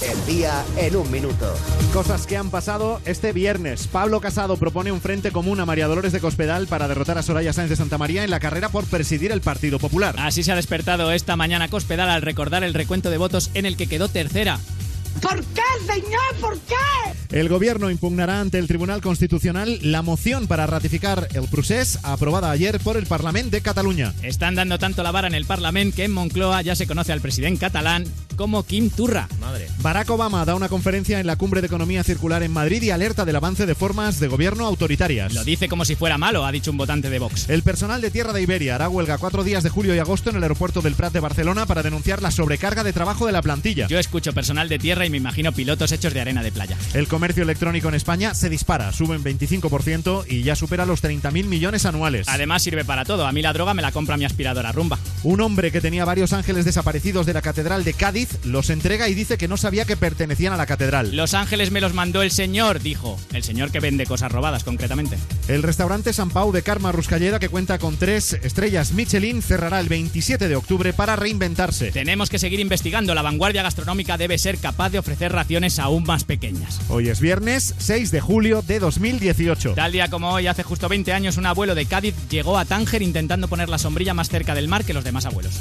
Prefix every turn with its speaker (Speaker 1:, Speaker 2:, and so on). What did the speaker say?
Speaker 1: El día en un minuto.
Speaker 2: Cosas que han pasado este viernes. Pablo Casado propone un frente común a María Dolores de Cospedal para derrotar a Soraya Sáenz de Santa María en la carrera por presidir el Partido Popular.
Speaker 3: Así se ha despertado esta mañana Cospedal al recordar el recuento de votos en el que quedó tercera.
Speaker 4: ¿Por qué, señor? ¿Por qué?
Speaker 2: El gobierno impugnará ante el Tribunal Constitucional la moción para ratificar el procés aprobada ayer por el Parlamento de Cataluña.
Speaker 3: Están dando tanto la vara en el Parlamento que en Moncloa ya se conoce al presidente catalán como Kim Turra.
Speaker 2: Madre. Barack Obama da una conferencia en la Cumbre de Economía Circular en Madrid y alerta del avance de formas de gobierno autoritarias.
Speaker 3: Lo dice como si fuera malo, ha dicho un votante de Vox.
Speaker 2: El personal de Tierra de Iberia hará huelga cuatro días de julio y agosto en el aeropuerto del Prat de Barcelona para denunciar la sobrecarga de trabajo de la plantilla.
Speaker 3: Yo escucho personal de tierra y me imagino pilotos hechos de arena de playa.
Speaker 2: El comercio electrónico en España se dispara, sube un 25% y ya supera los 30.000 millones anuales.
Speaker 3: Además sirve para todo, a mí la droga me la compra mi aspiradora rumba.
Speaker 2: Un hombre que tenía varios ángeles desaparecidos de la Catedral de Cádiz los entrega y dice que no sabía que pertenecían a la catedral.
Speaker 3: Los ángeles me los mandó el señor, dijo. El señor que vende cosas robadas, concretamente.
Speaker 2: El restaurante San Pau de Carma Ruscalleda, que cuenta con tres estrellas Michelin, cerrará el 27 de octubre para reinventarse.
Speaker 3: Tenemos que seguir investigando. La vanguardia gastronómica debe ser capaz de ofrecer raciones aún más pequeñas.
Speaker 2: Hoy es viernes 6 de julio de 2018.
Speaker 3: Tal día como hoy, hace justo 20 años, un abuelo de Cádiz llegó a Tánger intentando poner la sombrilla más cerca del mar que los demás abuelos.